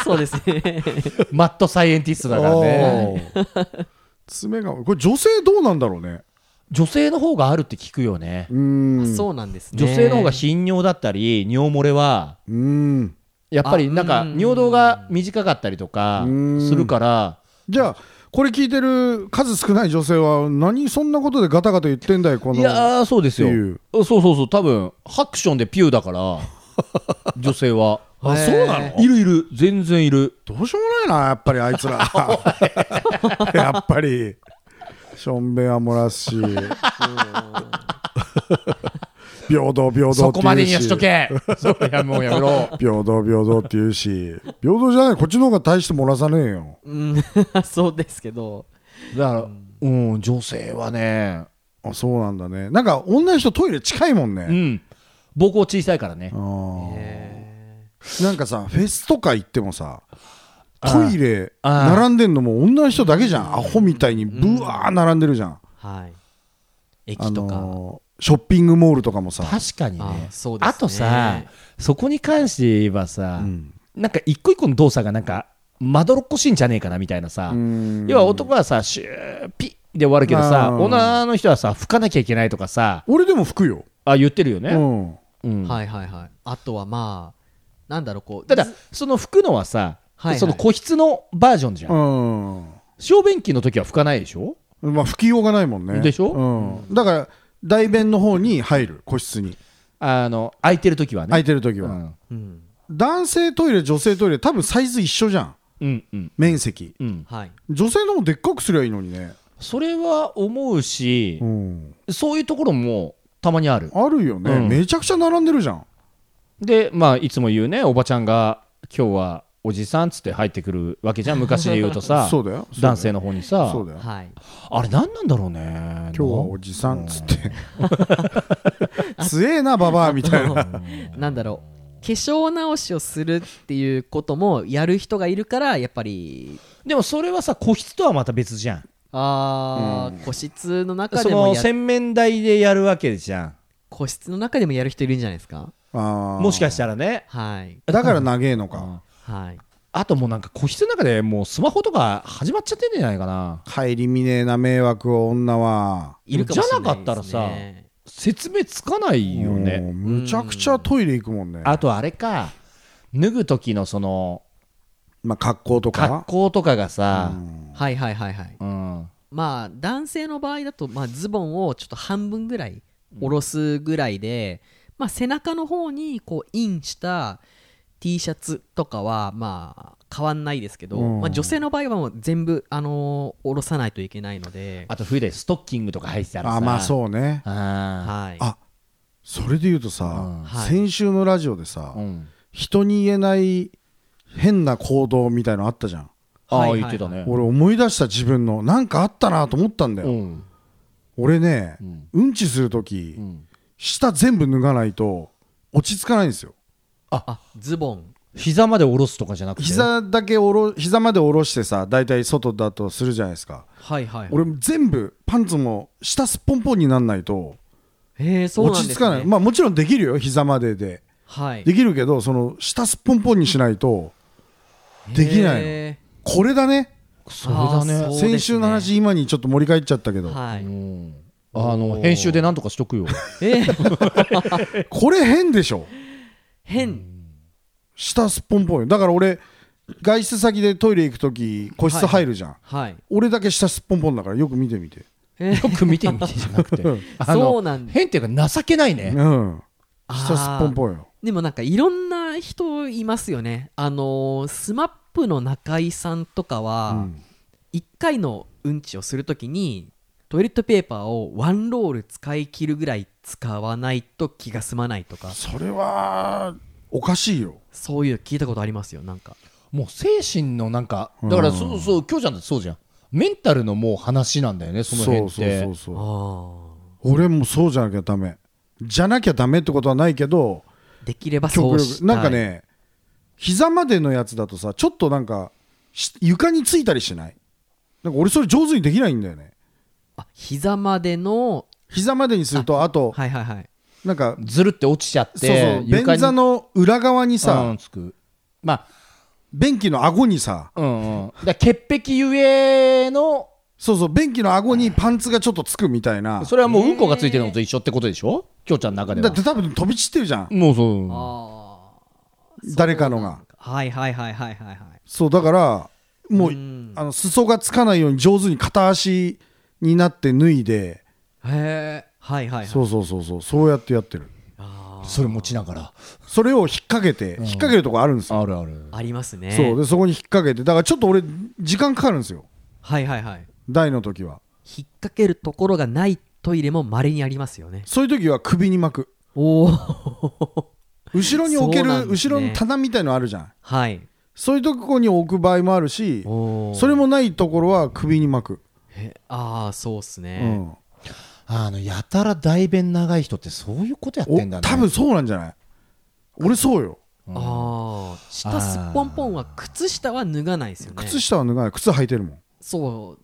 Speaker 2: そうですね
Speaker 3: マットサイエンティストだからね
Speaker 4: おー爪がこれ女性どうなんだろうね
Speaker 3: 女性の方があるって聞くよね
Speaker 4: うーん
Speaker 2: そうなんですね
Speaker 3: 女性の方が頻尿だったり尿漏れは
Speaker 4: うーん
Speaker 3: やっぱりな
Speaker 2: あ
Speaker 3: んか
Speaker 2: うん
Speaker 3: 尿道が短かったりとか
Speaker 4: うん
Speaker 3: するから
Speaker 4: じゃあこれ聞いてる数少ない女性は何そんなことでガタガタ言ってんだよこの
Speaker 3: いやーそうですよ
Speaker 4: っていう
Speaker 3: そうそうそう多分ハクションでピューだから女性は
Speaker 2: あそうなの
Speaker 3: いるいる全然いる
Speaker 4: どうしようもないなやっぱりあい つら やっぱりしょんべんは漏らすし平等平等って言うし
Speaker 3: そこまでにはしとけ そりゃもうやめろ
Speaker 4: 平等平等って言うし平等じゃないこっちの方が大して漏らさねえよ
Speaker 2: うん そうですけど
Speaker 3: だからうん女性はね
Speaker 4: あそうなんだねなんか女の人トイレ近いもん
Speaker 3: う
Speaker 4: ね、
Speaker 3: ん膀胱小さいからね
Speaker 4: あーなんかさフェスとか行ってもさトイレ
Speaker 3: あー
Speaker 4: 並んでんのも女の人だけじゃんアホみたいにブワー並んでるじゃん、
Speaker 2: はい駅
Speaker 4: あ
Speaker 2: とか、
Speaker 4: のーショッピングモールとかもさ
Speaker 3: 確かに
Speaker 2: あ
Speaker 3: ね
Speaker 2: そうですね
Speaker 3: あとさそこに関して言えばさなんか一個一個の動作がなんかまどろっこしいんじゃねえかなみたいなさ
Speaker 4: ん
Speaker 3: 要は男はさシューピッで終わるけど
Speaker 4: あ
Speaker 3: さ
Speaker 4: ー
Speaker 3: 女の人はさ拭かなきゃいけないとかさ
Speaker 4: 俺でも服よ、
Speaker 3: あ言ってるよ
Speaker 4: う
Speaker 3: ね
Speaker 4: ん、
Speaker 3: うん
Speaker 2: はいはいはいあとはまあなんだろうこう
Speaker 3: ただその拭くのはさ
Speaker 2: はいはい
Speaker 3: その個室のバージョンじゃん
Speaker 4: うん
Speaker 3: 小便器の時は拭かないでしょ
Speaker 4: まあ、吹きようがないもんね。
Speaker 3: でしょ
Speaker 4: うん、だから、代弁の方に入る、個室に。
Speaker 3: あの空いてる時はね
Speaker 4: 空いてる時
Speaker 3: う
Speaker 4: は、
Speaker 3: ん
Speaker 2: うん
Speaker 4: 男性トイレ、女性トイレ、多分サイズ一緒じゃん、
Speaker 3: うんうん
Speaker 4: 面積。
Speaker 3: うん
Speaker 2: はい
Speaker 4: 女性の方でっかくすりゃいいのにね。
Speaker 3: それは思うし
Speaker 4: うん、
Speaker 3: そういうところもたまにある
Speaker 4: あるよね、
Speaker 3: うん
Speaker 4: めちゃくちゃ並んでるじゃん。
Speaker 3: でまあいつも言うねおばちゃんが今日はおじさんっつって入ってくるわけ じゃん昔で言うとさ
Speaker 4: そうだよ。そうだよ
Speaker 3: 男性の方にさ
Speaker 4: そうだよ。
Speaker 2: はい
Speaker 3: あれ何なんだろうね
Speaker 4: 今日はおじさんっつって。 強えな、ババアみたいな。
Speaker 2: なんだろう化粧直しをするっていうこともやる人がいるからやっぱり
Speaker 3: でもそれはさ個室とはまた別じゃん
Speaker 2: あー個室の中
Speaker 3: そ
Speaker 2: でも
Speaker 3: の
Speaker 2: や
Speaker 3: 洗面台でやるわけじゃ
Speaker 2: 個室の中でもやる人いるんじゃないですか
Speaker 4: あ
Speaker 3: ん
Speaker 4: ー
Speaker 3: もしかしたらね
Speaker 2: はい
Speaker 4: だから長えのか。
Speaker 2: はい
Speaker 3: あともうなんか個室の中でもうスマホとか始まっちゃってんじゃないかな
Speaker 4: 帰り見ねえな、迷惑を女は。
Speaker 2: いるかもしれないです
Speaker 3: じゃなかっ
Speaker 2: ね
Speaker 3: 説明つかないよね
Speaker 4: もうむちゃくちゃトイレ行くもんね。
Speaker 3: あとあれか脱ぐ時のその
Speaker 4: まあ、格好とか。
Speaker 3: 格好とかがさ、
Speaker 2: はいはいはいはい
Speaker 3: うん
Speaker 2: まあ男性の場合だと、まあ、ズボンをちょっと半分ぐらい下ろすぐらいで、まあ、背中の方にこうインした T シャツとかはまあ変わんないですけど、
Speaker 4: うん
Speaker 2: まあ、女性の場合はもう全部、あのー下ろさないといけないので、
Speaker 3: あと冬でストッキングとか入ってたらさ
Speaker 4: あまあそうね
Speaker 3: あ
Speaker 2: はい、
Speaker 4: あそれで言うとさ、
Speaker 3: うん
Speaker 2: はい
Speaker 4: 先週のラジオでさ、
Speaker 3: あ、うん、
Speaker 4: 人に言えない変な行動みたいのあったじゃん、
Speaker 3: あ
Speaker 2: はい
Speaker 3: あ
Speaker 2: はい
Speaker 3: 言ってたね、
Speaker 4: 俺思い出した自分のなんかあったなと思ったんだよ、
Speaker 3: うん
Speaker 4: 俺ね、
Speaker 3: ん
Speaker 4: うん、ちする時、
Speaker 3: ん
Speaker 4: 下全部脱がないと落ち着かないんですよ
Speaker 2: あズボン
Speaker 3: 膝まで下ろすとかじゃなくて
Speaker 4: 膝だけおろ膝まで下ろしてさ大体外だとするじゃないですか、
Speaker 2: はいはい
Speaker 4: 俺全部パンツも下すっぽんぽんになんないと
Speaker 2: へえそう
Speaker 4: 落
Speaker 2: なん
Speaker 4: ち
Speaker 2: です、ね、
Speaker 4: 着かない、まあもちろんできるよ膝までで
Speaker 2: はい
Speaker 4: できるけどその下すっぽんぽんにしないとできないの
Speaker 2: へえ
Speaker 4: これだね
Speaker 3: それだ
Speaker 2: あーそう
Speaker 3: ね
Speaker 2: ですね
Speaker 4: 先週の話今にちょっと盛り返っちゃったけど、
Speaker 2: はい、
Speaker 3: うんあの編集でなんとかしとく よ
Speaker 2: えー
Speaker 4: これ変でしょ
Speaker 2: 変
Speaker 4: 下すっぽんぽんよだから俺外出先でトイレ行く時個室入るじゃん、
Speaker 2: はい
Speaker 4: 俺だけ下すっぽんぽんだからよく見てみて
Speaker 2: えー
Speaker 3: よく見てみてじゃなくてあの
Speaker 2: そうなんだ
Speaker 3: 変っていうか情けないね
Speaker 4: うん
Speaker 2: あー
Speaker 4: 下すっぽんぽんよ
Speaker 2: でもなんかいろんな人いますよね。あのー、スマップの中井さんとかは、1回のうんちをするときにトイレットペーパーをワンロール使い切るぐらい使わないと気が済まないとか
Speaker 4: それはおかしいよ
Speaker 2: そういうの聞いたことありますよなんか
Speaker 3: もう精神のなんかだからそうそう京ちゃんだってそうじゃんメンタルのもう話なんだよねその辺って
Speaker 4: そうそうそうそう
Speaker 2: あ
Speaker 4: 俺もそうじゃなきゃダメじゃなきゃダメってことはないけど
Speaker 2: ーできればそ
Speaker 4: 極
Speaker 2: うした
Speaker 4: 力
Speaker 2: い
Speaker 4: なんかね膝までのやつだとさちょっとなんかし床についたりしないなんか俺それ上手にできないんだよね
Speaker 2: あ膝までの
Speaker 4: 膝までにするとあと
Speaker 2: はいはいはい
Speaker 4: なんか
Speaker 3: ずるって落ちちゃって
Speaker 4: そうそう便
Speaker 3: 床に
Speaker 4: 座の裏側に
Speaker 3: う
Speaker 4: さ
Speaker 3: んつくま
Speaker 4: 便器の顎にさ
Speaker 3: あうんうんだから潔癖ゆえの
Speaker 4: そうそう便器の顎にパンツがちょっとつくみたいな
Speaker 3: それはもううんこがついてるのと一緒ってことでしょ京ちゃんの中で
Speaker 4: だ
Speaker 3: は
Speaker 4: って多分飛び散ってるじゃん
Speaker 3: もうそう
Speaker 2: あ
Speaker 4: 誰かのが
Speaker 2: ーはいはいはいはいはいはい
Speaker 4: そうだからもう
Speaker 2: うん
Speaker 4: あの裾がつかないように上手に片足になって脱いで
Speaker 2: へえはいはいはい
Speaker 4: そうそうそうそうそうやってやってる
Speaker 2: あー
Speaker 3: それ持ちながら
Speaker 4: それを引っ掛けて引っ掛けるとこあるんですよ
Speaker 3: あるある
Speaker 2: ありますね
Speaker 4: そうでそこに引っ掛けてだからちょっと俺時間かかるんですよ
Speaker 2: はいはいはい
Speaker 4: 大の時は
Speaker 2: 引っ掛けるところがないトイレもまれにありますよね
Speaker 4: そういう時は首に巻く
Speaker 2: おお
Speaker 4: 後ろに置け
Speaker 2: そう
Speaker 4: る、
Speaker 2: なんですね
Speaker 4: 後ろの棚みたいのあるじゃん
Speaker 2: はい
Speaker 4: そういうとこに置く場合もあるし
Speaker 2: おー
Speaker 4: それもないところは首に巻く、
Speaker 2: へああそうっすね、
Speaker 4: うん
Speaker 3: あのやたら大便長い人ってそういうことやってんだ
Speaker 4: お
Speaker 3: ね
Speaker 4: 多分そうなんじゃない俺そうよ
Speaker 2: ああ下すっぽんぽんは靴下は脱がないですよね
Speaker 4: 靴下は脱がない靴履いてるもん
Speaker 2: そう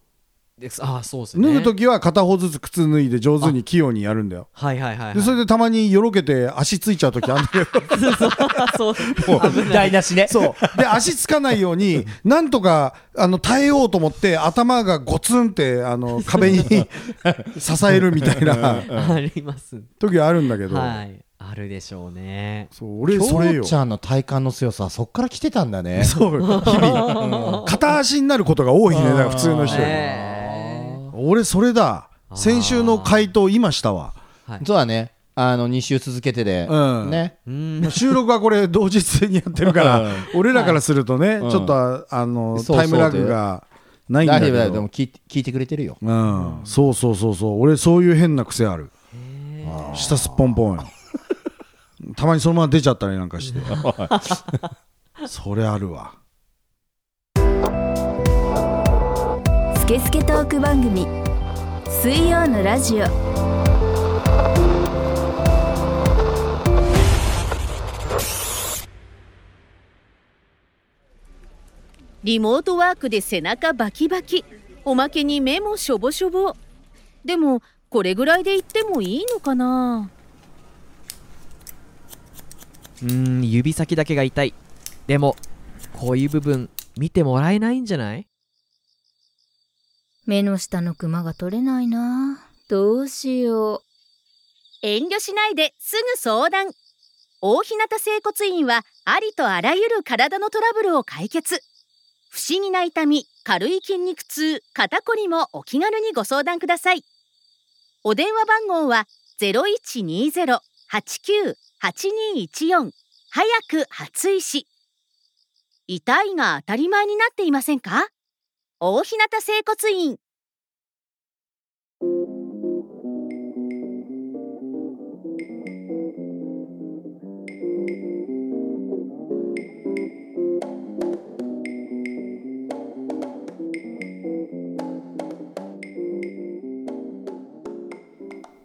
Speaker 2: ですああそうですね
Speaker 4: 脱ぐ時は片方ずつ靴脱いで上手に器用にやるんだよ
Speaker 2: はいはいはい、はい、
Speaker 4: でそれでたまによろけて足ついちゃう時あるんだよ
Speaker 2: そう
Speaker 3: 台無しね
Speaker 4: そうで足つかないようになんとかあの耐えようと思って頭がゴツンってあの壁 に支えるみたいな
Speaker 2: あります
Speaker 4: 時あるんだけど、
Speaker 2: はいあるでしょうね
Speaker 4: そう俺それ
Speaker 3: 京
Speaker 4: よ
Speaker 3: ちゃんの体幹の強さはそっから来てたんだね
Speaker 4: そうよ日々片足になることが多いねだから普通の人より
Speaker 2: ね
Speaker 4: 俺それだ先週の回答今したわ
Speaker 3: そうだねあの2週続けてで
Speaker 4: うん
Speaker 3: ね
Speaker 2: えうん
Speaker 4: もう収録はこれ同日にやってるか
Speaker 3: うん
Speaker 4: ら俺らからするとね、
Speaker 3: うん
Speaker 4: ちょっとああの
Speaker 3: そうそう
Speaker 4: タイムラグがないんだ
Speaker 3: 大丈
Speaker 4: け
Speaker 3: 夫だよで
Speaker 4: ど
Speaker 3: も聞いて聞いてくれてるよ
Speaker 4: うん、そうそうそうそう俺そういう変な癖ある下すっぽんぽんよたまにそのまま出ちゃったりなんか してそれあるわ
Speaker 1: スケスケトーク番組水曜のラジオ
Speaker 7: リモートワークで背中バキバキおまけに目もしょぼしょぼでもこれぐらいで言ってもいいのかな
Speaker 2: うーん指先だけが痛いでもこういう部分見てもらえないんじゃない
Speaker 1: 目の下のクマが取れないなどうしよう
Speaker 7: 遠慮しないですぐ相談大日向整骨院はありとあらゆる体のトラブルを解決不思議な痛み軽い筋肉痛肩こりもお気軽にご相談くださいお電話番号は0120-89-8214早く初医師痛いが当たり前になっていませんか大日向整骨院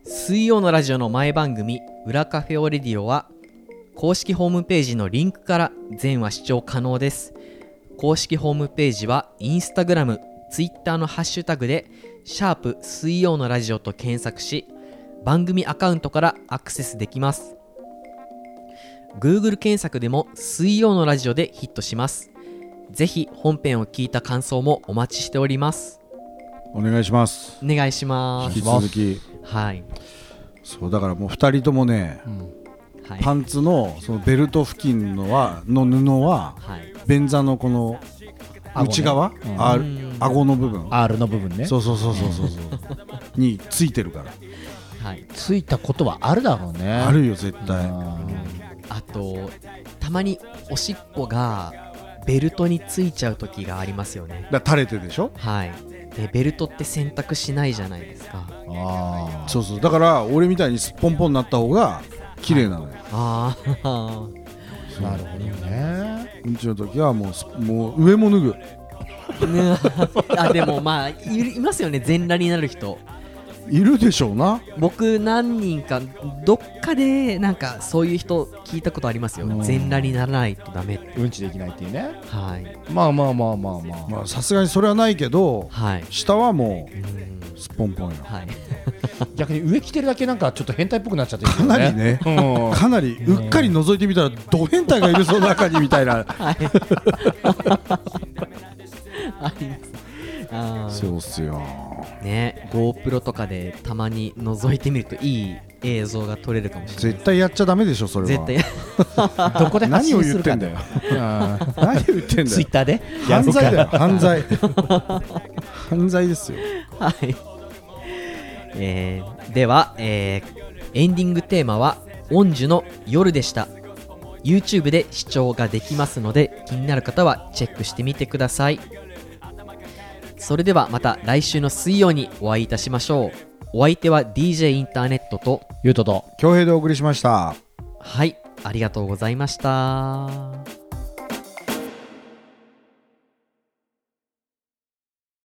Speaker 2: 水曜のラジオの前番組「裏カフェオレディオ」は公式ホームページのリンクから全話視聴可能です公式ホームページはインスタグラムツイッターのハッシュタグで「シャープ水曜のラジオ」と検索し番組アカウントからアクセスできます Google 検索でも「水曜のラジオ」でヒットしますぜひ本編を聞いた感想もお待ちしております
Speaker 4: お願いします
Speaker 2: お願いします
Speaker 4: 引き続き
Speaker 2: はい
Speaker 4: そうだからもう2人ともね、
Speaker 2: はい
Speaker 4: パンツのそのベルト付近のはの布は
Speaker 2: はい
Speaker 4: 便座のこの内側、あ顎の部分
Speaker 3: R の部分ね
Speaker 4: そうそうそうそう そうそうについてるから
Speaker 2: はい
Speaker 3: ついたことはあるだろうね
Speaker 4: あるよ絶対
Speaker 3: あー
Speaker 2: あとたまにおしっこがベルトについちゃう時がありますよね
Speaker 4: だから垂れてでしょ
Speaker 2: はいでベルトって選択しないじゃないですか
Speaker 3: あ
Speaker 4: そうそうだから俺みたいにすっぽんぽんになった方が綺麗なのよ
Speaker 2: ああ
Speaker 3: あなるほどね
Speaker 4: うんちの時はもうすもう上も脱ぐ
Speaker 2: ね あでもまあいいますよね全裸になる人
Speaker 4: いるでしょうな
Speaker 2: 僕何人かどっかでなんかそういう人聞いたことありますよ
Speaker 3: うん
Speaker 2: 全裸にならないとダメって
Speaker 3: うんちできないっていうね
Speaker 2: はい
Speaker 3: まあまあまあまあまあ、
Speaker 4: まあさすがにそれはないけど
Speaker 2: はい
Speaker 4: 下はも
Speaker 2: うん
Speaker 4: うすっぽんぽんよ
Speaker 2: はい
Speaker 3: 逆に上着てるだけなんかちょっと変態っぽくなっちゃってるけ
Speaker 4: か
Speaker 3: ど
Speaker 4: なりね
Speaker 3: うん
Speaker 4: かなりうっかり覗いてみたらド変態がいるその中にみたいな
Speaker 2: ありますあー
Speaker 4: うっすよ
Speaker 2: ね GoPro とかでたまに覗いてみるといい映像が撮れるかもしれない
Speaker 4: 絶対やっちゃダメでしょそれ
Speaker 2: 絶
Speaker 4: は
Speaker 2: 対
Speaker 3: どこで発
Speaker 4: 何を
Speaker 3: 信す
Speaker 4: 言
Speaker 3: る
Speaker 4: って
Speaker 3: か
Speaker 4: んだよ
Speaker 3: うん
Speaker 4: 何を言ってんだ
Speaker 3: ツイ
Speaker 4: よ
Speaker 3: ッターで
Speaker 4: 犯罪だよ犯罪犯罪ですよ
Speaker 2: はい、えーでは、えーエンディングテーマは「オンジュの夜」でした YouTube で視聴ができますので気になる方はチェックしてみてくださいそれではまた来週の水曜にお会いいたしましょうお相手は DJ インターネットと
Speaker 3: ゆうとと
Speaker 4: 恭平でお送りしました
Speaker 2: はいありがとうございました